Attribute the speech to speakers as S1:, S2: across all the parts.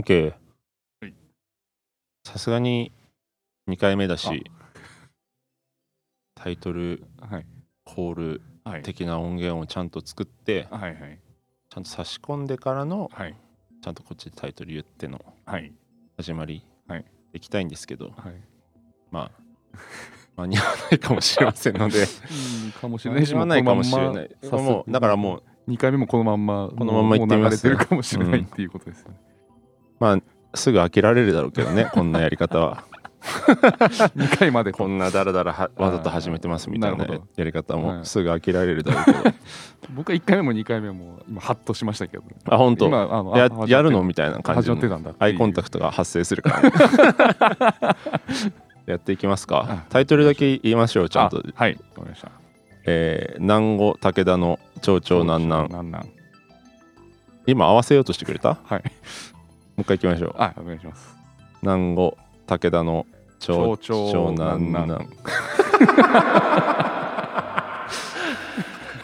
S1: OK
S2: はい。
S1: さすがに2回目だし、タイトル
S2: はい。
S1: コール
S2: はい。
S1: 的な音源をちゃんと作って、
S2: はいはい。
S1: ちゃんと差し込んでからの、
S2: はい。
S1: ちゃんとこっちでタイトル言っての
S2: はい。
S1: 始まり
S2: はい
S1: できたいんですけど、
S2: はい。
S1: まあ、間に合わないかもしれませんの で、
S2: うんかもし
S1: 間
S2: れない
S1: に
S2: し、
S1: 合わないかもしれない。
S2: このまんま
S1: もうだからもう、
S2: 2回目もこのまんま、
S1: このまんま行ってみま
S2: もう流れ
S1: す
S2: てるかもしれないっていうことですよね。
S1: すぐ飽きられるだろうけどね、こんなやり方は。
S2: 2回まで
S1: こんなだらだらはわざと始めてますみたい
S2: な
S1: な
S2: るほど
S1: やり方
S2: は
S1: も
S2: い
S1: すぐ飽きられるだろう けど。
S2: 僕は1回目も2回目も今ハッとしましたけど、ね、
S1: あ、本当
S2: 今あのあ
S1: や
S2: 始まって
S1: やるのみたいな感じ
S2: 始まって
S1: の
S2: たんだ
S1: アイコンタ
S2: ク
S1: クトが発生するから、ね、 やっていきますか
S2: あ
S1: タイトルだけ言いましょうちゃんと
S2: はいわかりました
S1: 「えー、南郷武田の町長南南
S2: なんなん」
S1: 今合わせようとしてくれたも
S2: はいう
S1: 一回いきましょう
S2: あお願いします
S1: 「南郷武田の町
S2: 町
S1: 長
S2: 長
S1: 南
S2: 南
S1: 南
S2: 南」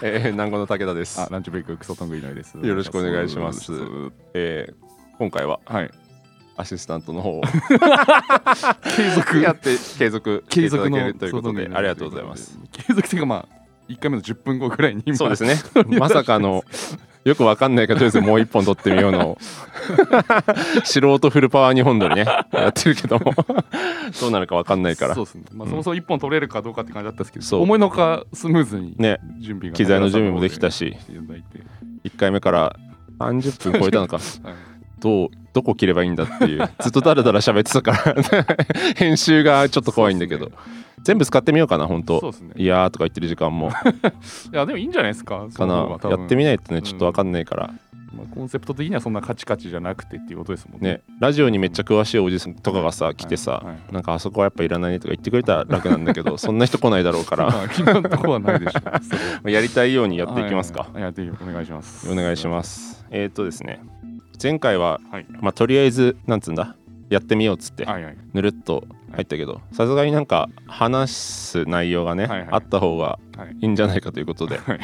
S1: えー、南郷の武田です
S2: あ、ランチブレイククソトングイノイです
S1: よろしくお願いします
S2: は
S1: えー今回はいアシスタントの方を
S2: 継続
S1: やって継続
S2: 継続の
S1: いただけるということでありがとうございます。
S2: 継続っていうかまあ1回目の10分後ぐらいに今
S1: そうですね まさかのよくわかんないけどとりあえずもう一本撮ってみようの を素人フルパワー日本撮りねやってるけどもどうなるかわかんないから
S2: そうですね。まあ
S1: うん
S2: そもそも1本取れるかどうかって感じだったんですけ
S1: そう
S2: ど、思いのほかスムーズに
S1: ね
S2: 準備が
S1: 機材の準備もできた
S2: し。
S1: し
S2: していただいて
S1: 1回目から30分超えたのか
S2: はい
S1: どうどこ切ればいいんだっていうずっとだらだら喋ってたから 編集がちょっと怖いんだけど、全部使ってみようかな本
S2: そう
S1: 当
S2: ですね。
S1: いやーとか言ってる時間 も
S2: いやでもいいんじゃないですか。
S1: かなやってみないとねちょっとわかんないから、
S2: まあコンセプト的にはそんなカチカチじゃなくてっていうことですもんね。
S1: ね、ラジオにめっちゃ詳しいおじさんとかがさ来てさ、
S2: はいはい
S1: なんかあそこはやっぱいらないねとか言ってくれたら楽なんだけ どそんな人来ないだろうから
S2: ま
S1: ま
S2: あ今のところはないでしょう。 それは
S1: あ やりたいようにやっていきます か、
S2: はいはいやっていきお願いします。
S1: お願いし
S2: す。
S1: ますえっ、ー、とですね前回は、
S2: はい。
S1: まあ、とりあえずなんつうんだやってみようっつって
S2: はいはい。
S1: ぬるっと入ったけどさすがになんか話す内容がね、
S2: はいはい
S1: あった方が
S2: はい。
S1: いいんじゃないかということで
S2: はい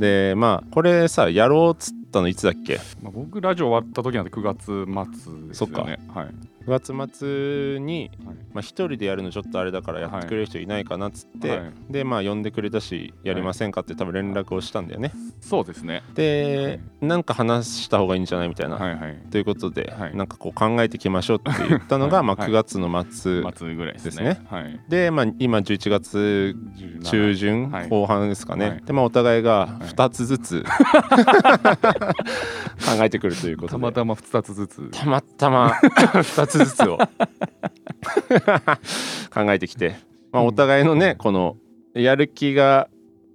S1: でまあこれさやろうっつったのいつだっけ
S2: まあ僕ラジオ終わった時なんて9月末ですよね。はい。
S1: 9月末に、
S2: はい
S1: まあ、一人でやるのちょっとあれだからやってくれる人いないかなっつって、
S2: はい
S1: でまあ呼んでくれたしやりませんかって多分連絡をしたんだよね、
S2: そうですね。
S1: で、なんか話した方がいいんじゃないみたいな、
S2: はいはい。
S1: ということで、
S2: はい
S1: なんかこう考えていきましょうって言ったのが、
S2: はい
S1: まあ、
S2: はい
S1: 9月の末、
S2: 末ぐらいです
S1: で
S2: ね
S1: す。
S2: はい。
S1: で、まあ、今11月
S2: 17
S1: 中旬、
S2: はい
S1: 後半ですかね、
S2: はい
S1: でまあお互いが
S2: はい
S1: 2つず つ、考えてくるということで
S2: たまたま2つずつ
S1: たまた ま2つずつ を考えてきて、まあ、お互いのねこのやる気が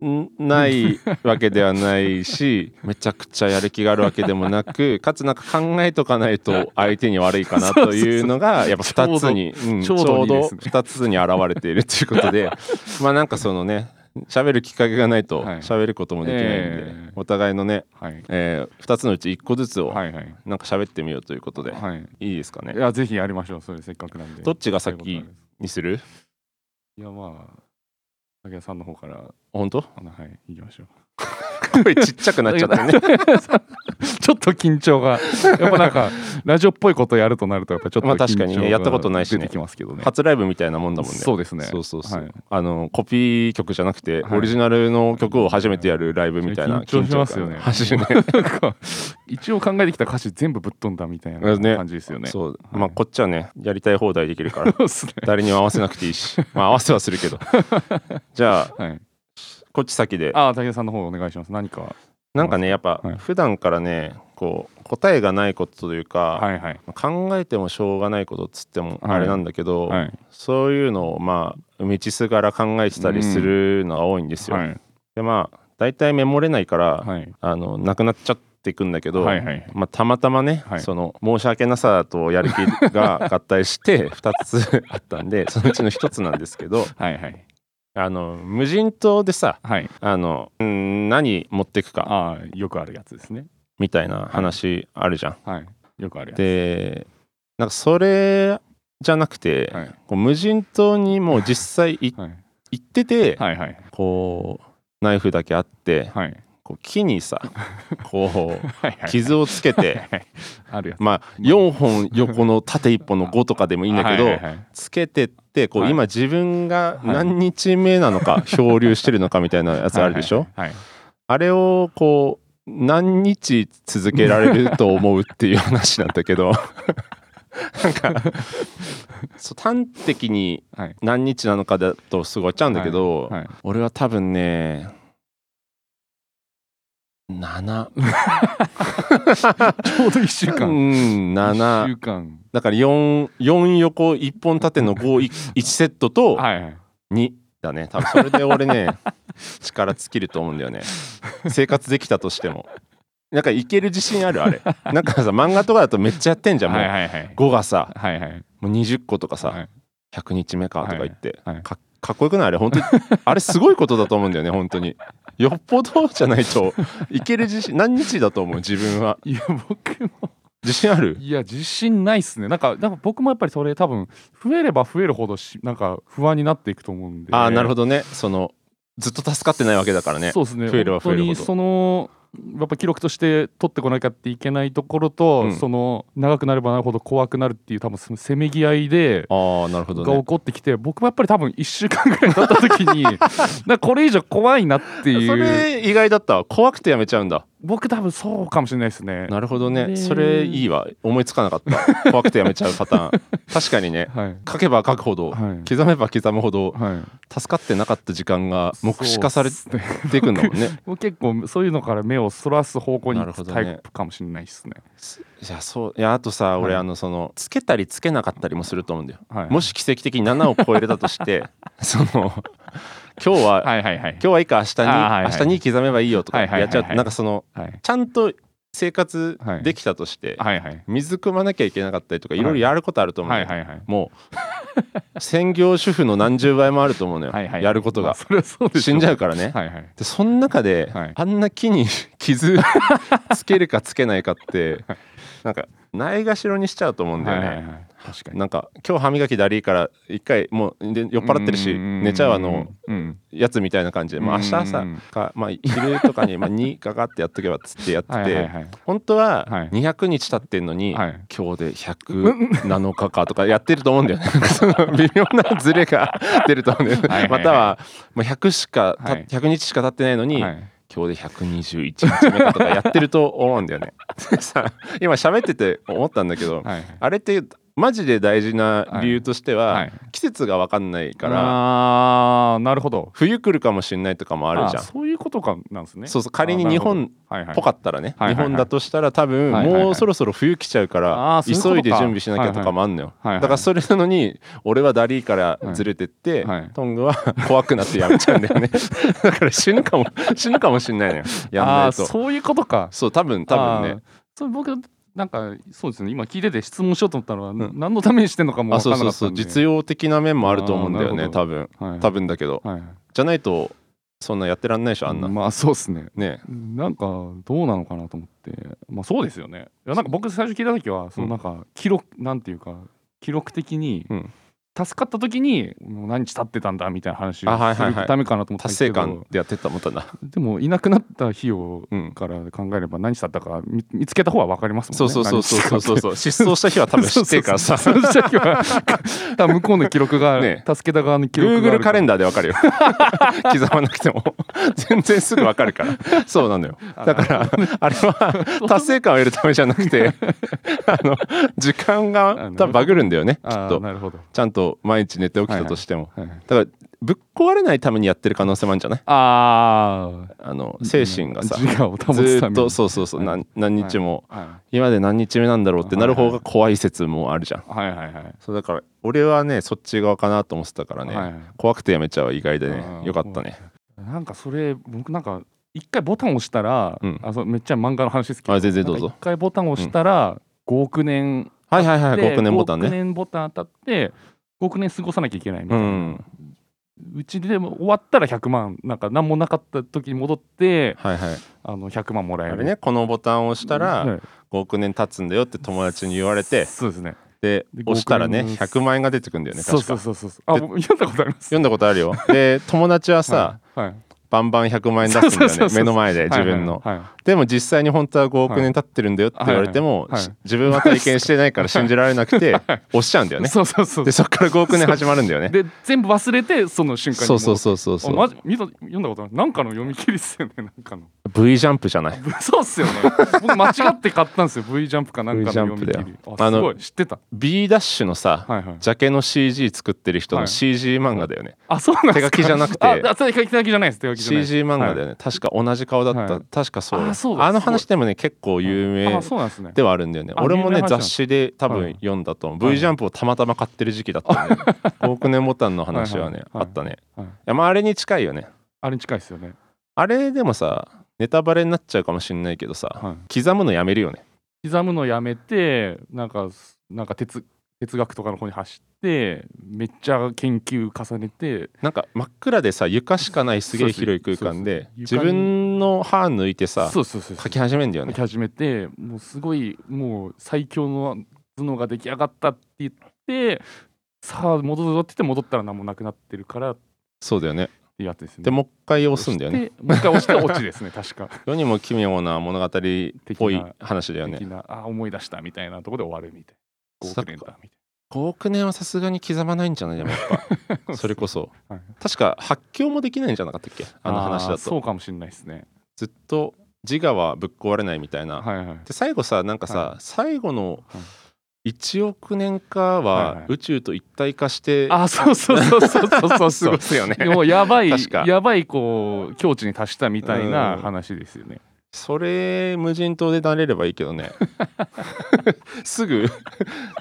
S1: んないわけではないしめちゃくちゃやる気があるわけでもな くかつなんか考えとかないと相手に悪いかなというのがやっぱ2つにうんち
S2: ちょ
S1: ょ
S2: うど
S1: う
S2: いいで
S1: ど
S2: すね
S1: 2つに現れているということ でまあなんかそのね喋るきっかけがないと
S2: はい
S1: 喋ることもできないんで、
S2: ええ
S1: お互いのね、
S2: はい
S1: え2つのうち1個ずつを
S2: はいはい
S1: なんか喋ってみようということで、
S2: はい
S1: いいですか
S2: い
S1: ね。
S2: やぜひやりましょうそれせっかくなんで
S1: どっちが先
S2: そういうことなんです
S1: にする
S2: いやまあ武田さんの方から
S1: 本 当
S2: あのはい行きましょう
S1: 声ちっちゃくなっちゃったね。
S2: ちょっと緊張 がやっぱなんかラジオっぽいことやるとなるとやっぱちょっと
S1: まあ確かにね
S2: 緊張が
S1: やったことないしね
S2: 出てきますけどね
S1: 初ライブみたいなもんだもんね。
S2: そうですね
S1: そうそうそう
S2: はい
S1: あのコピー曲じゃなくて、
S2: はい
S1: オリジナルの曲を初めてやるライブみたいな
S2: 緊張しますよね
S1: 緊張感走るね
S2: なんか一応考えてきた歌詞全部ぶっ飛んだみたいな
S1: ね
S2: 感じですよね
S1: そう、
S2: い
S1: まあこっちはねやりたい放題できる から
S2: そうですね
S1: 誰にも合わせなくていいしまあ合わせはするけ どじゃあ
S2: はい
S1: こっち先で
S2: あ武田さんの方お願いします何か
S1: なんかねやっぱ
S2: はい
S1: 普段からねこう答えがないことというか、
S2: はいはい
S1: 考えてもしょうがないことっつっても
S2: はい
S1: あれなんだけど、
S2: はい
S1: そういうのをまあ道すがら考えてたりするのが多いんですよ。
S2: はい
S1: でまあ大体メモれないから、
S2: はい
S1: あのなくなっちゃっていくんだけど、
S2: はいはい
S1: まあ、たまたまね、
S2: はい
S1: その申し訳なさとやる気が合体 して2つあったんでそのうちの1つなんですけど
S2: はいはい
S1: あの無人島でさ
S2: はい
S1: あのうん何持ってくか
S2: ああよくあるやつですね
S1: みたいな話あるじゃん。
S2: はいよくあるやつ
S1: でなんかそれじゃなくて、
S2: はい
S1: こう無人島にもう実際い
S2: はい
S1: 行ってて、
S2: はいはい
S1: こうナイフだけあって
S2: はい
S1: こう木に さこう
S2: はいはい
S1: 傷をつけて
S2: あるやつ
S1: まあ4本横の縦1本の5とかでもいいんだけど、
S2: はいはいはい
S1: つけてってこう、
S2: はい
S1: 今自分が何日目なの か、漂流してるのかみたいなやつあるでしょ、
S2: はいはい
S1: あれをこう何日続けられると思うっていう話なんだけ どなんかそう端的に
S2: はい
S1: 何日なのかだとすごいちゃうんだけど、
S2: はいはい
S1: 俺は多分ね7
S2: ちょうど1週
S1: う
S2: 間
S1: ん
S2: 1
S1: 7
S2: 週間
S1: だから 4, 4横1本縦の51セ ットと
S2: はいはい
S1: 2だね多分それで俺ね 力尽きると思うんだよね生活できたとしてもなんかいける自信あるあれなんかさ漫画とかだとめっちゃやってんじゃんもう、
S2: はいはいはい
S1: 5がさ
S2: はいはい
S1: もう20個とかさ、
S2: はい
S1: 100日目かとか言って、
S2: はいはい
S1: かかっこよくないあれ本当に あれすごいことだと思うんだよね本当によっぽどじゃない といける自信何日だと思う自分はい
S2: や僕も
S1: 自信ある
S2: いや自信ないっすねなんかなんか僕もやっぱりそれ多分増えれば増えるほどしなんか不安になっていくと思うんで
S1: ああなるほ
S2: ど
S1: どねそのずっと助かってないわけだからね
S2: そうですね
S1: 増えれば増えるほど
S2: 本当にそのやっぱ記録として取ってこなきゃっていけないところと、
S1: うん
S2: その長くなればなるほど怖くなるっていう多分そのせめぎ合いで
S1: ああなるほど
S2: が
S1: ね
S2: 起こってきて、僕もやっぱり多分1週間ぐらい経った時 になんかこれ以上怖いなっていう
S1: それ意外だったわ怖くてやめちゃうんだ
S2: 僕多分そうかもしれないですね
S1: なるほど
S2: で
S1: ねそれいいわ思いつかなかった怖くてやめちゃうパター ン確かにね
S2: はい
S1: 書けば書くほど、
S2: はい
S1: 刻めば刻むほど
S2: はい
S1: 助かってなかった時間が目視化され
S2: そうっすね
S1: ていくんだもんね
S2: 僕結構そういうのから目をそらす方向に行く
S1: な
S2: タ
S1: るほどね
S2: イプかもしれないですね。
S1: いやそういやあとさ俺、
S2: はい
S1: あのそのつけたりつけなかったりもすると思うんだよ、
S2: はい、
S1: もし奇跡的に7を超えれたとして その今日は、
S2: はいはいはい
S1: 今日はいいか明日に、
S2: あーはいはい
S1: 明日に刻めばいいよとか
S2: はいはいはい
S1: やっちゃうと、
S2: はい
S1: なんかその
S2: はい
S1: ちゃんと生活できたとして、
S2: はいはい
S1: 水汲まなきゃいけなかったりとか
S2: はい
S1: いろいろやることあると思う、
S2: はいはいはい
S1: もう 専業主婦の何十倍もあると思うのよ、
S2: はいはい
S1: やること
S2: まあ
S1: が、
S2: それはそうでし
S1: 死
S2: ょ
S1: んじゃ
S2: う
S1: うからね、
S2: はいはい
S1: でその中で、
S2: はい
S1: あんな木に傷 つけるかつけないかってなんかないがしろにしちゃうと思うんだ
S2: は
S1: よ
S2: い
S1: ね、
S2: はいはい確かに
S1: なんか今日歯磨きだりいいから一回もうで酔っ払ってるし
S2: うん
S1: 寝ちゃうあの
S2: うん
S1: やつみたいな感じで、まあ、明日朝か、まあ、昼とかにまあ2かかってやっとけばっつってやってて、
S2: はいはいはい
S1: 本当は
S2: はい
S1: 200日経ってんのに、
S2: はい
S1: 今 日で107日かとかやってると思うんだよねその微妙なズレが出ると思うんだよね、
S2: はいはいはい
S1: またはもう100しかた、
S2: はい
S1: 100日しか経ってないのに、
S2: はい
S1: 今日で121日目かとかやってると思うんだ よねさ今喋ってて思ったんだけど、
S2: はい
S1: あれってマジで大事な理由としては、
S2: はいはい
S1: 季節が分かんないから、
S2: あーなるほど
S1: 冬来るかもしれないとかもあるじゃん
S2: ーそういうことかなんですね
S1: そうそう仮に日本っぽか
S2: っ
S1: ったらね、
S2: はいはいはい
S1: 日本だとしたら多分
S2: はいはいはい
S1: もうそろそろ冬来ちゃうから、
S2: あーそういうこと
S1: 急
S2: か
S1: いで準備しなきゃとかもあんのよ、
S2: はいはい
S1: だからそれなのに俺はダリーからずれてって、
S2: はいはい
S1: トングは 怖くなってやめちゃうんだよねだから死ぬかも死ぬかもしれないのよやん
S2: あ
S1: ない
S2: あ
S1: とそう
S2: そういうことか
S1: 多分多分ね
S2: あーそう僕なんかそうですね今聞いてて質問しようと思ったのは、
S1: ん
S2: 何のためにしてんのかも
S1: あ
S2: 分か
S1: そ
S2: ら
S1: う
S2: な
S1: そ
S2: か
S1: うそう
S2: ったんで
S1: 実用的な面もあると思うんだよ
S2: あ
S1: ね
S2: ーな
S1: 多分
S2: はい
S1: 多分だけど
S2: はい
S1: じゃないとそんなやってらんないでしょあんな、
S2: まあそうですね
S1: ね
S2: なんかどうなのかなと思ってまあそうですよねいやなんか僕最初聞いた時はそのなんか記録、なんていうか記録的に、
S1: うん
S2: 助かった時にもう何日経ってたんだみたいな話
S1: あは
S2: を
S1: い
S2: す
S1: はいはい
S2: るためかなと思ったん
S1: 達
S2: ですけ
S1: 成
S2: ど、
S1: 感でやってったもんだな
S2: でもいなくなった日を
S1: うん
S2: から考えれば何日経ったか見見つけた方は分かりますもんね
S1: そうそうそうそうそう
S2: う
S1: そう失踪した日は 多分知ってるからさ
S2: そうそうそうそうした日は多分向こうの記録が、
S1: ね
S2: 助けた側の記録が
S1: Google
S2: あるか
S1: カレ
S2: ら
S1: ンダーでわかるよ 刻まなくても全然すぐわかるからそうなのよだからあれは達成感を得るためじゃなく てあの時間が多分バグるんだよねきっ
S2: あー
S1: と
S2: なるほど、
S1: ちゃんと毎日寝て起きたとしても、
S2: はいはい
S1: だからぶっ壊れないためにやってる可能性もあるんじゃない
S2: ああ
S1: あの精神がさず
S2: 自我を保つた
S1: ー
S2: め
S1: っ
S2: に
S1: とそうそうそう、
S2: はい
S1: 何何日も、
S2: は
S1: 今で何日目なんだろうってなる方が怖い説もあるじゃん、
S2: いはいはいはい
S1: そうだから俺はねそっち側かなと思ってたからね、
S2: はい
S1: 怖くてやめちゃうは意外で
S2: あ
S1: ね
S2: ー
S1: よかったね
S2: なんかそれ僕なんか一回ボタン押したら、
S1: うん
S2: あそうめっちゃ漫画の話ですけど
S1: あ全然どうぞ
S2: なんか一回ボタン押したら、5億年
S1: はいはいはい
S2: で
S1: 5億年ボタン
S2: 5億
S1: ね
S2: 年ボタン当たって5億年過ごさなきゃいけないみ
S1: う
S2: たいな、うんちでも終わったら100万なんか何もなかった時に戻って
S1: はいはい
S2: あの100万もらえ
S1: あ
S2: る
S1: れねこのボタンを押したら
S2: は
S1: 5
S2: い
S1: 億年経つんだよって友達に言われて
S2: そうですね
S1: で
S2: で
S1: 押したらね
S2: 5億年
S1: 100万円が出てくるんだよね
S2: そう
S1: 確
S2: そう
S1: か
S2: そうそうあ僕読んだことあります
S1: 読んだことあるよで友達はさ
S2: はいはい
S1: バンバン100万円出すん
S2: そう
S1: だ
S2: そ
S1: よね
S2: うそうそう
S1: 目の前で自分の
S2: はいはい
S1: でも実際に本当は5億年経ってるんだよって言われても、
S2: はいはいはい
S1: し自分は体験してないから信じられなくて 押しちゃうんだよ
S2: はい
S1: ね
S2: そうそうそう
S1: でそっから5億年始まるんだよね
S2: で全部忘れてその瞬間に
S1: そうそう
S2: う
S1: そうそうそう
S2: マジ見た読んだことないなんかの読み切りっすよね なんかの
S1: V ジャンプじゃない
S2: そうっす よね僕間違って買ったんですよ V ジャンプかなんかの読み
S1: V ジャ
S2: 切
S1: ン
S2: り
S1: プだよ
S2: あ
S1: あの
S2: すごい知ってた
S1: B ダッシュのさ、
S2: はいはい
S1: ジャケの CG 作ってる人
S2: は
S1: の
S2: い
S1: CG 漫画だよね、
S2: あそうなんですか
S1: 手書きじゃなくて
S2: ああ手書き手書きじゃないです手書きじゃないです
S1: CG 漫画だよね、確か同じ顔だった、
S2: はい
S1: 確かそうだ
S2: あそうだ
S1: あの話でもね結構有名
S2: あそうなんですね
S1: ではあるんだよね
S2: あ
S1: 俺も
S2: 有名
S1: ね
S2: な話な
S1: 雑
S2: んだ
S1: 誌で多
S2: は
S1: 分
S2: い
S1: 読んだと思う、
S2: はい
S1: V ジャンプをたまたま買ってる時期だったんだ よね「5億年ボタン」の話はね
S2: はいはいはい
S1: あったね、
S2: はい
S1: いやまああれに近いよね
S2: あれに近いっすよね
S1: あれでもさネタバレになっちゃうかもしんないけどさ、
S2: はい
S1: 刻むのやめるよね
S2: 刻むのやめてなんかすなんか哲哲学とかの方に走ってめっちゃ研究重ねて
S1: なんか真っ暗でさ床しかないすげえ広い空間で
S2: そうそう
S1: 自
S2: そう床に
S1: 分の歯抜いてさ
S2: そうそうそうそう
S1: 書き始めんだよ
S2: 書
S1: ね
S2: き始めてもうすごいもう最強の頭脳が出来上がったって言ってさあ戻るぞって言って戻ったら何もなくなってるからって
S1: そうだよね
S2: いうやつですね
S1: でもう一回押すんだよね
S2: 押してもう一回押して落ちで すね確か
S1: 世にも奇妙な物語っぽい話だよね
S2: 的なあ思い出したみたいなところで終わるみたいな5
S1: そっ
S2: 億
S1: か
S2: 年だみ
S1: 5億年はさすがに刻まないんじゃないでもやっ
S2: たい
S1: ぱ
S2: な
S1: それこそ
S2: はい
S1: 確か発狂もできないんじゃなかったっけあの話
S2: あー
S1: だ
S2: そ
S1: と
S2: うかもしれないですね
S1: ずっと自我はぶっ壊れないみたいな、
S2: はいはい
S1: で最後さなんかさ、
S2: は
S1: 最後の
S2: はい
S1: 1億年か
S2: はいは
S1: はい宇宙と一体化して、
S2: あそうそうそうそうそ うそ
S1: 過
S2: う
S1: ごすよね
S2: もうやばい
S1: 確か
S2: やばいこう境地に達したみたいな
S1: うん
S2: 話ですよね。
S1: それ無人島でなれればいいけど ねすぐ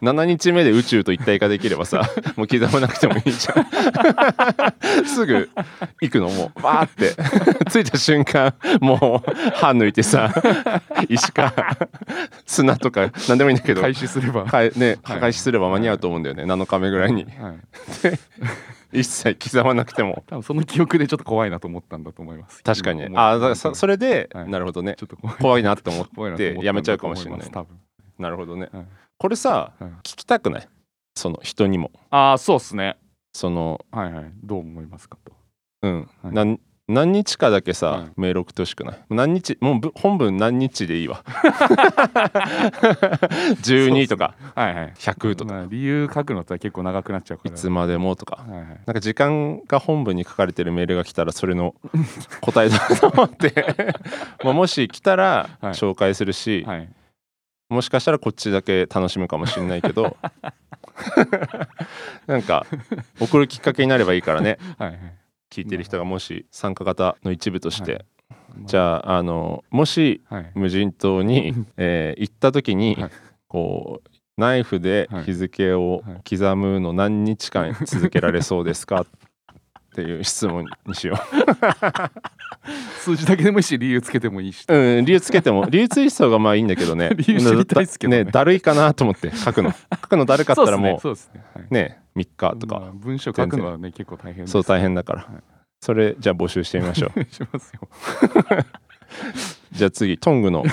S1: 7日目で宇宙と一体化できれば さもう刻まなくてもいいじゃんすぐ行くのもうバーって 着いた瞬間もう歯抜いてさ石か砂とか何でもいいんだけど
S2: 開始すれば。
S1: かえね、
S2: は
S1: 破
S2: い
S1: 壊すれば間に合うと思うんだよね、7日目ぐらいに
S2: はい、
S1: 一切刻まなくても
S2: 多分その記憶でちょっと怖いなと思ったんだと思います。
S1: 確かに
S2: 今思う
S1: あだからそそれで、
S2: はい
S1: なるほどね
S2: ちょっと怖い
S1: 怖いなって思 っ
S2: 怖いなと思
S1: て
S2: ったんだと思います。
S1: やめちゃうかもしれない
S2: 多分。
S1: なるほどね、
S2: はい
S1: これさ
S2: はい
S1: 聞きたくないその人にも
S2: ああそうっすね。
S1: その
S2: はいはい。どう思いますかと。
S1: うん、
S2: はい
S1: なん何日かだけさ、
S2: はい
S1: メール送ってほしくない何日もうぶ本文何日でいい わ12とか
S2: はいはい。
S1: 100とか、
S2: まあ、理由書くのって結構長くなっちゃうか
S1: い
S2: ら。
S1: つまでもとか
S2: はいはい。
S1: なんか時間が本文に書かれてるメールが来たらそれの答えだと思 ってまあもし来たら
S2: はい
S1: 紹介するし、
S2: はい、
S1: もしかしたらこっちだけ楽しむかもしれないけど なんか送るきっかけになればいいからね
S2: はいはい
S1: 聞いてる人がもし参加型の一部として、
S2: はい
S1: じゃああのもし
S2: あ、はい、
S1: 無人島に、えー行った時に、
S2: はい
S1: こうナイフで
S2: はい
S1: 日付を
S2: はい
S1: 刻むの何日間続けられそうです かっていう質問にしよ
S2: 数字だけでもいいし理由つけてもいいし
S1: う、うん、理由つけ ても理由追想がまあいいんだけどね
S2: 理由知りたいっすけどね
S1: だだるいかなと思って書くの書くのだるかったらも
S2: そうですねそうですね、はいう
S1: ね3日と
S2: ま
S1: か
S2: あ文章書くのはね結構大変です
S1: そう大変だから、
S2: はい
S1: それじゃあ募集してみましょう
S2: お願い しますよ
S1: じゃあ次トングの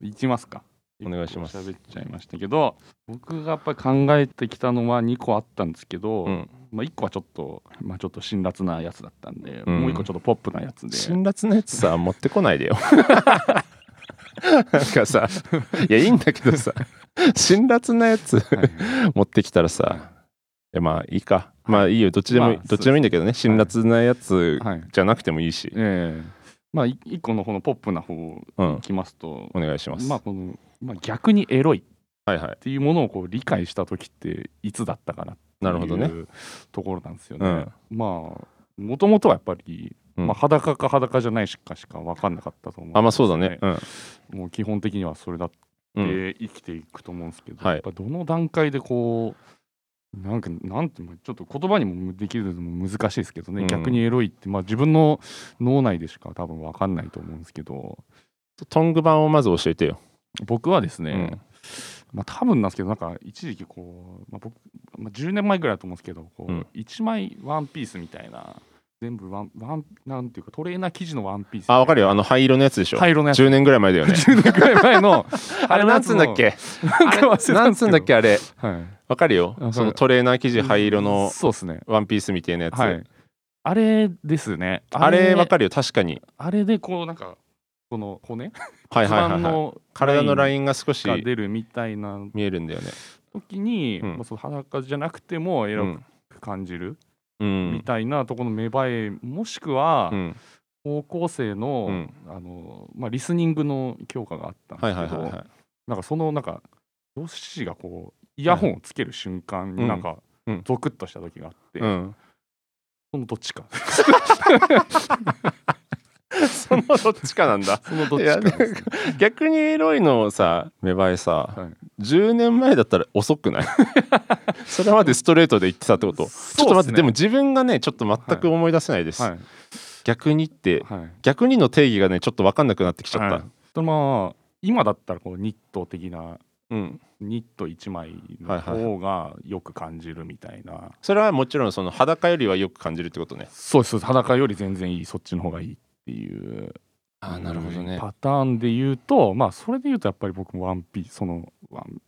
S2: いきますか
S1: お願いします
S2: 結構喋っちゃいましたけど僕がやっぱり考えてきたのは2個あったんですけど、
S1: うん
S2: まあ、1個はちょっと、まあ、ちょっと辛辣なやつだったんで、
S1: うん
S2: もう1個ちょっとポップなやつで
S1: 辛辣なやつさ持ってこないで よなんかさいやいいんだけどさ辛辣なやつ
S2: はい
S1: 持ってきたら
S2: はい
S1: さいやまあいいかまあいいよどっちでもいい、
S2: まあ
S1: どっちでもいいんだけどね辛辣なやつ
S2: はい
S1: じゃなくてもいいし、
S2: ええまあ1個のこのポップな方
S1: うん
S2: いきますと、
S1: お願いします、
S2: まあこのまあ、逆にエロいっ
S1: はいはい
S2: ていうものをこう理解した時っていつだったかな
S1: なるほど
S2: っ
S1: ね
S2: ていうところなんですよ
S1: う
S2: ね。
S1: ん
S2: まあもともとはやっぱり、
S1: うん
S2: まあ、裸か裸じゃないしかしか分かんなかったと思う、
S1: あまあそうだねうん、
S2: もう基本的にはそれだっ
S1: うん
S2: て生きていくと思うんですけど、
S1: はい
S2: やっぱどの段階でこうなんかなんていうのちょっと言葉にもできるのも難しいですけどね、
S1: うん
S2: 逆にエロいって、まあ、自分の脳内でしか多分分かんないと思うんですけど
S1: トング版をまず教えてよ、
S2: 僕はですね、
S1: うん
S2: まあ、多分なんですけどなんか一時期こう、まあ僕まあ、10年前ぐらいだと思うんですけどこう、
S1: うん
S2: 1枚ワンピースみたいな全部ワンワンなんていうかトレーナー生地のワンピース
S1: あわかるよあの灰色のやつでしょ、
S2: 灰色のやつ
S1: 10年ぐらい前だよね
S2: 10年ぐらい前の
S1: あれなんつうんだっけ
S2: なんか忘れたんですけど
S1: なんつうんだっけあれ
S2: はい
S1: わかるよ
S2: わかる
S1: そのトレーナー生地灰色の
S2: そうですね
S1: ワンピースみたいなやつ、
S2: はいあれですね
S1: あれわかるよ確かに
S2: あれでこうなんかこの骨
S1: はいはいはい、
S2: 骨盤
S1: はい、
S2: の
S1: 体のラ
S2: ン
S1: インが少し
S2: が出るみたいな
S1: 見えるんだよね
S2: 時に、
S1: うん
S2: まあ、その裸じゃなくてもエ
S1: う
S2: ロ
S1: ん
S2: く感じる
S1: う
S2: み
S1: ん
S2: たいなところの芽生えもしくは、
S1: うん
S2: 高校生の,、
S1: うん
S2: あのまあ、リスニングの教科があったんで
S1: はい
S2: す
S1: はい
S2: け
S1: はい
S2: ど
S1: はい
S2: なんかそのなんか教師がこうイヤホンをつける瞬間
S1: う
S2: に
S1: ん
S2: なんか、
S1: うん
S2: ゾクッとした時があって、
S1: うん
S2: そのどっ ちか
S1: そのどっちかなんだ
S2: そのどっちかです、ね、
S1: 逆にエロいのさ芽生えさ、
S2: はい
S1: 10年前だったら遅くない それまでストレートで言ってたってこと、 ちょっと待ってでも自分がねちょっと全く思い出せないです、
S2: はい
S1: 逆にって
S2: はい
S1: 逆にの定義がねちょっと分かんなくなってきちゃった、
S2: はいとまあ今だったらこうニット的な
S1: うん、
S2: ニット1枚
S1: は
S2: の
S1: いはい
S2: 方がよく感じるみたいな、
S1: それはもちろんその裸よりはよく感じるってことね
S2: そうです裸より全然いいそっちの方がいいっていう
S1: あーなるほど
S2: うん
S1: ね
S2: パターンで言うとまあそれで言うとやっぱり僕もワンピースそのワン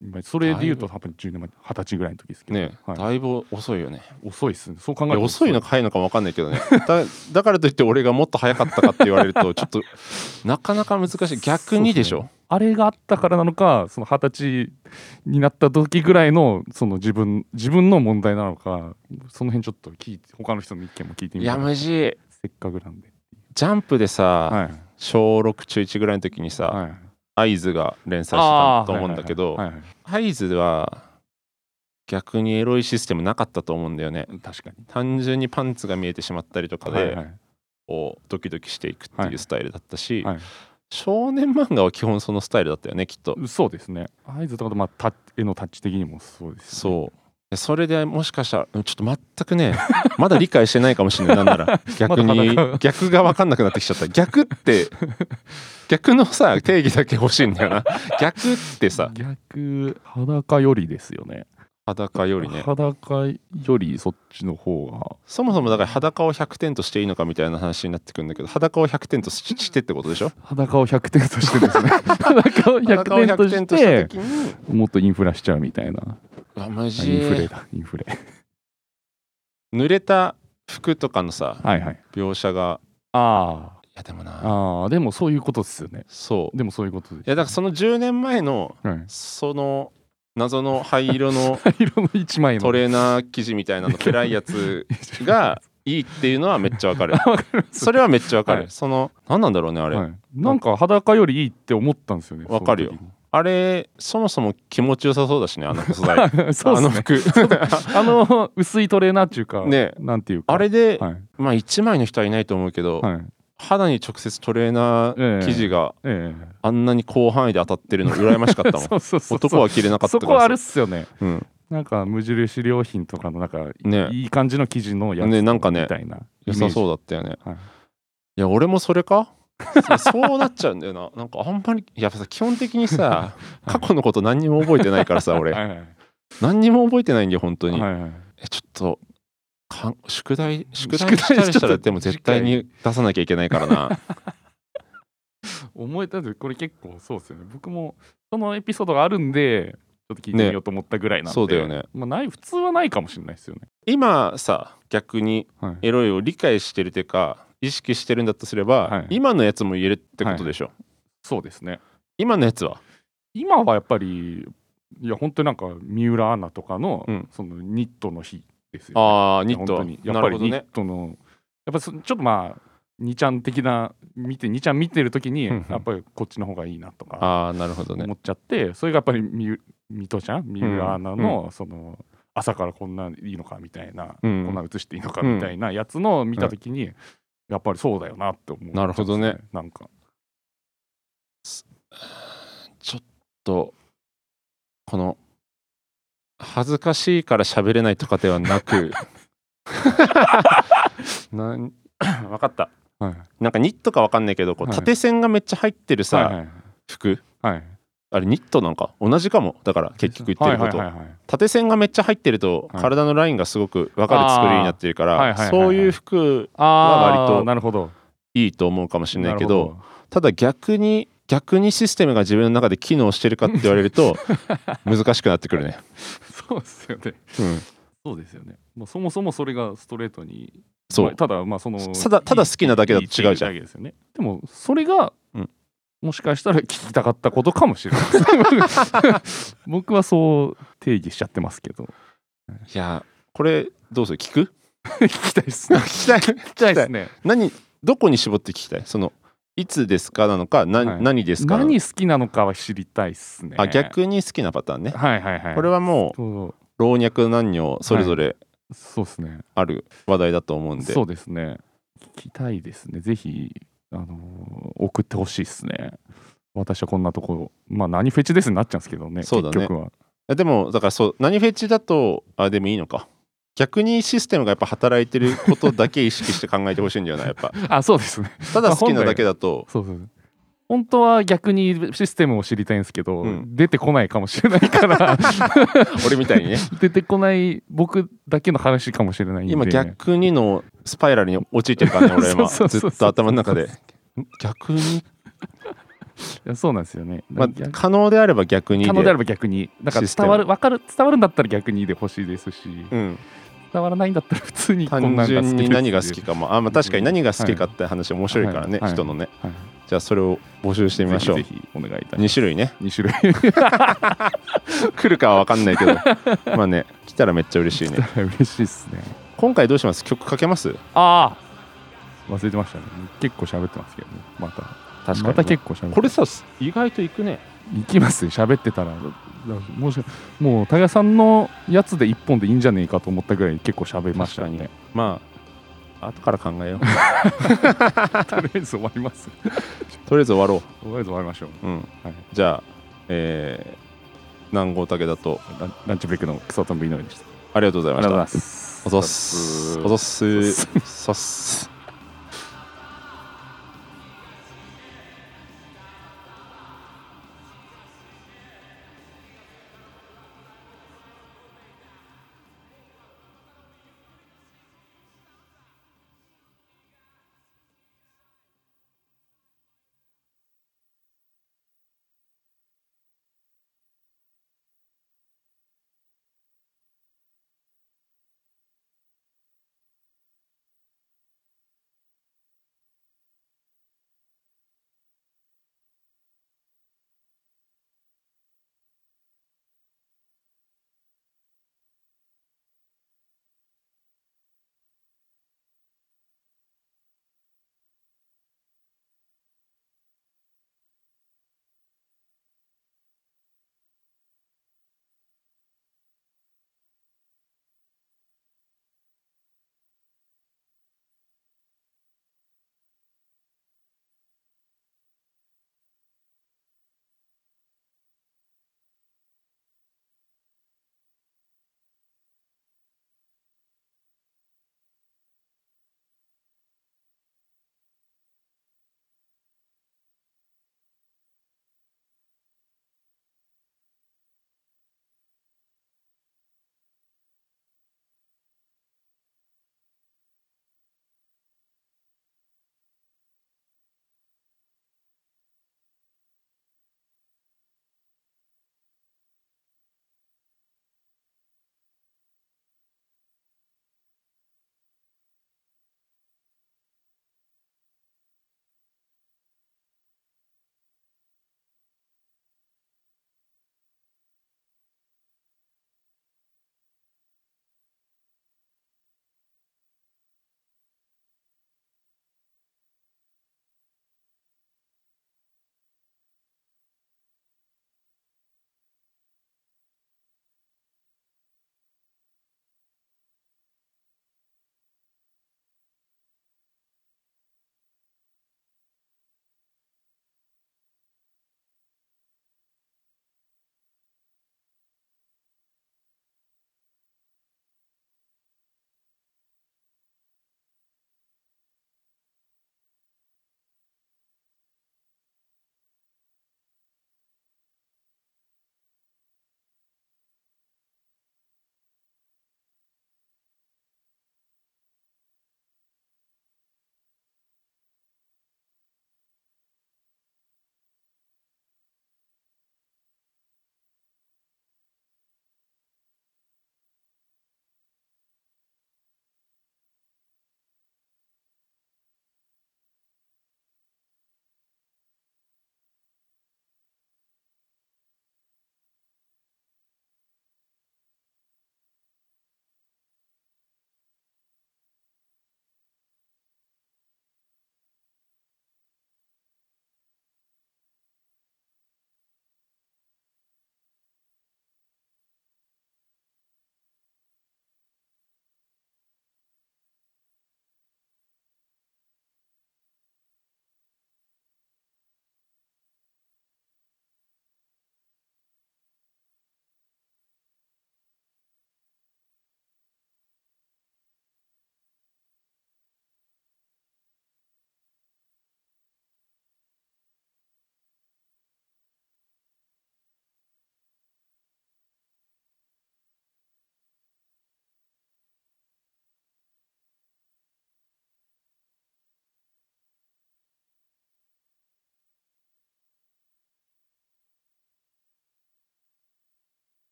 S2: まあそれで言うと多分10年前二十歳ぐらいの時ですけど、
S1: ね、
S2: はい
S1: だいぶ遅いよね
S2: 遅いっすねそう考え
S1: い
S2: る
S1: や
S2: と
S1: 遅いのか早いのか分かんないけど ねだだからといって俺がもっと早かったかって言われるとちょ っとなかなか難しい逆にでし
S2: そう
S1: ょ
S2: あれがあったからなのかその二十歳になった時ぐらいのその自分自分の問題なのかその辺ちょっと聞いて他の人の意見も聞いてみ
S1: い
S2: た
S1: や
S2: い
S1: むじい
S2: せっかくなんで
S1: ジャンプでさ、
S2: はい
S1: 小6中1ぐらいの時にさ
S2: はい
S1: 「アイズが連載してたと思うんだけど
S2: あーはいはいはい
S1: 「
S2: は
S1: アイズは逆にエロいシステムなかったと思うんだよね
S2: い確かに
S1: 単純にパンツが見えてしまったりとか
S2: はいは
S1: で
S2: い
S1: こうドキドキしていくって
S2: はいいう
S1: スタイルだったし
S2: はい
S1: 少年漫画は基本そのスタイルだったよねきっと
S2: そうですね合図とかとまあタッ絵のタッチ的にもそうですよね、
S1: そうでそれでもしかしたらうんちょっと全くね まだ理解してないかもしれないなんな ら逆に
S2: まだ
S1: 逆が分かんなくなってきちゃった逆って逆のさ定義だけ欲しいんだよな逆ってさ
S2: 逆裸よりですよね
S1: 裸よりね
S2: 裸よりそっちの方が
S1: そもそもだから裸を100点としていいのかみたいな話になってくるんだけど裸を100点とししてってことでしょ
S2: 裸を100点として ですね裸を100
S1: 裸を
S2: 点として
S1: 100点とした時に
S2: もっとインフラしちゃうみたいな
S1: うわマ
S2: インフレ
S1: ジ
S2: だインフレ
S1: 濡れた服とかのさ
S2: はいはい
S1: 描写が
S2: あ
S1: いやでも
S2: あ
S1: な
S2: ああでもそういうことですよね
S1: そうい
S2: でもそういうことです
S1: やだからその10年前の
S2: はい
S1: その謎の灰色 の
S2: 色の一枚の
S1: トレーナー生地みたいなの暗いやつ がいいっていうのはめっちゃわかるそれはめっちゃわかる、
S2: はい
S1: その何なんだろうねあれ、
S2: はい、なんか裸よりいいって思ったんですよね
S1: わかるよあれそもそも気持ちよさそうだしねあの素材
S2: その時に そ
S1: あ
S2: うっ
S1: の
S2: すね
S1: 服
S2: あの薄いトレーナーっていうか、
S1: ね
S2: なんていうか
S1: あれで、
S2: はい
S1: まあ1枚の人はいないと思うけど、
S2: はい
S1: 肌に直接トレーナー生地が
S2: ええ
S1: あんなに広範囲で当たってるの羨ましかったもん
S2: そうそうそうそう
S1: 男は着れなかった
S2: そ
S1: か
S2: こはある
S1: ら
S2: っ
S1: さ
S2: すよね
S1: うん
S2: なんか無印良品とかのなんか
S1: ね
S2: いい感じの生地のやつ
S1: ねなんかね
S2: みたいな
S1: 良さそう
S2: う
S1: だったよね
S2: はい
S1: いや俺もそれかそうそうなっちゃうんだよな なんかあんまりいやっぱさ基本的にさ過去のこと何にも覚えてないからさ俺
S2: はいはい
S1: 何にも覚えてないんだよ本当に、
S2: はいはい
S1: えちょっとかん宿題宿
S2: 宿
S1: 題
S2: 題
S1: したりした
S2: ちょ
S1: ら
S2: っと
S1: でも絶対に出さなきゃいけないから な
S2: 思えたんですよこれ結構そうですよね僕もそのエピソードがあるんでちょっと聞いてみようと思ったぐらいなんで、
S1: そうだよね
S2: まあ、ない普通はないかもしれないですよね
S1: 今さ逆に
S2: はい
S1: エロいを理解してるというか意識してるんだとすれば、
S2: はい
S1: 今のやつも言えるってことでしょ、
S2: そうですね
S1: 今のやつは
S2: 今はやっぱりいや本当になんか三浦アナとかの、
S1: うん
S2: そのニットの日ですよ、ね、
S1: ああニット
S2: 本当にや
S1: な
S2: っぱ
S1: る
S2: り
S1: ほど
S2: ニッ
S1: ね
S2: トの、やっぱそちょっとまあ2ちゃん的な見て2ちゃん見てる時に
S1: うんうん
S2: やっぱりこっちの方がいいなとか
S1: ああなるほどね
S2: 思っちゃって、それがやっぱりみゆみとちゃん三浦アナ
S1: う
S2: のその朝からこんないいのかみたいな、
S1: うん
S2: こんな映していいのかみたいなやつのを見た時に、やっぱりそうだよなって思う、
S1: なるほどね
S2: なんか
S1: ちょっとこの恥ずかしいから喋れないとかではな くなん 分かった
S2: はい
S1: なんかニットか分かんないけどこう
S2: はい
S1: 縦線がめっちゃ入ってるさ、
S2: はいはい
S1: 服
S2: はい
S1: あれニットなんか同じかもだから結局言ってること、
S2: はいはいはいはい
S1: 縦線がめっちゃ入ってると
S2: はい
S1: 体のラインがすごく分かる作りになってるから、
S2: あーはいはいはいはい
S1: そういう服
S2: あー
S1: 割と
S2: なるほど
S1: いいと思うかもしれないけ
S2: な
S1: ど
S2: るほ
S1: ただ逆に逆にシステムが自分の中で機能してるかって言われる と難しくなってくるね。
S2: そうですよね
S1: うん
S2: そうですよね、まあ、そもそもそれがストレートに
S1: そう、
S2: まあただまあその
S1: ただただ好きなだけだと違うじゃん
S2: いいっていだけですよねでもそれが、
S1: うん
S2: もしかしたら聞きたかったことかもしれないです 僕はそう定義しちゃってますけど
S1: いやこれどうする 聞く
S2: 聞きたいですね
S1: 聞きたい
S2: 聞きたいですね
S1: 何どこに絞って聞きたいそのいつですかなのか、な
S2: はい
S1: 何ですかなのか
S2: 何好きなのかは知りたいですね
S1: あ逆に好きなパターンね、
S2: はいはいはい
S1: これはもう
S2: そう
S1: 老若男女それぞれ
S2: そうですね
S1: ある話題だと思うんで、
S2: そうですね聞きたいですねぜひあのー送ってほしいですね私はこんなところまあ何フェチですになっちゃうんですけどね
S1: そうだね
S2: 結局は
S1: えでもだからそう何フェチだとあでもいいのか逆にシステムがやっぱ働いてることだけ意識して考えてほしいんだよなやっ ぱ
S2: あそうです ね
S1: ただ好きなだけだと
S2: そうそう本当は逆にシステムを知りたいんですけど、
S1: うん
S2: 出てこないかもしれないから
S1: 俺みたいにね
S2: 出てこない僕だけの話かもしれないんで
S1: 今逆にのスパイラルに陥ってるからね俺今
S2: そうそうそうそう
S1: ずっと頭の中で逆に、
S2: いやそうなんですよね、
S1: まあ
S2: 逆、
S1: 可能であれば逆にで
S2: 可能であれば逆にだから
S1: システム
S2: 伝わるわかる伝わるんだったら逆にで欲しいですし、
S1: うん、
S2: 伝わらないんだったら普通にこん
S1: 単
S2: なんが好きです
S1: 純
S2: ってい
S1: に
S2: う
S1: 何が好きかもあ、まあ、確かに何が好きか
S2: は
S1: って話面白いからね、
S2: はい
S1: 人のね
S2: はい
S1: じゃあそれを募集してみましょう
S2: ぜひぜひお願いいたしま
S1: 2
S2: す
S1: 種類ね
S2: 二種類
S1: 来るかは分かんない けどまあね来たらめっちゃ嬉しいね
S2: 嬉しいですね
S1: 今回どうします曲かけます
S2: ああ忘れてましたね結構喋ってますけどねまた
S1: 確
S2: また結構喋って
S1: これさ意外といくね
S2: 行きますよ喋ってたらだからもしもう高谷さんのやつで一本でいいんじゃねえかと思ったぐらい結構喋りましたね
S1: まあ後から考えよう
S2: とりあえず終わります
S1: とりあえず終わろ
S2: とりあえず終わりましょう
S1: う、うん
S2: はい
S1: じゃあえー、南郷武田と
S2: ランランチブレイクのクソトンビノイでしたあ
S1: ありがとうござい
S2: り
S1: ま
S2: がと
S1: した
S2: うございます
S1: おざっすおざっす
S2: おざっ
S1: さっす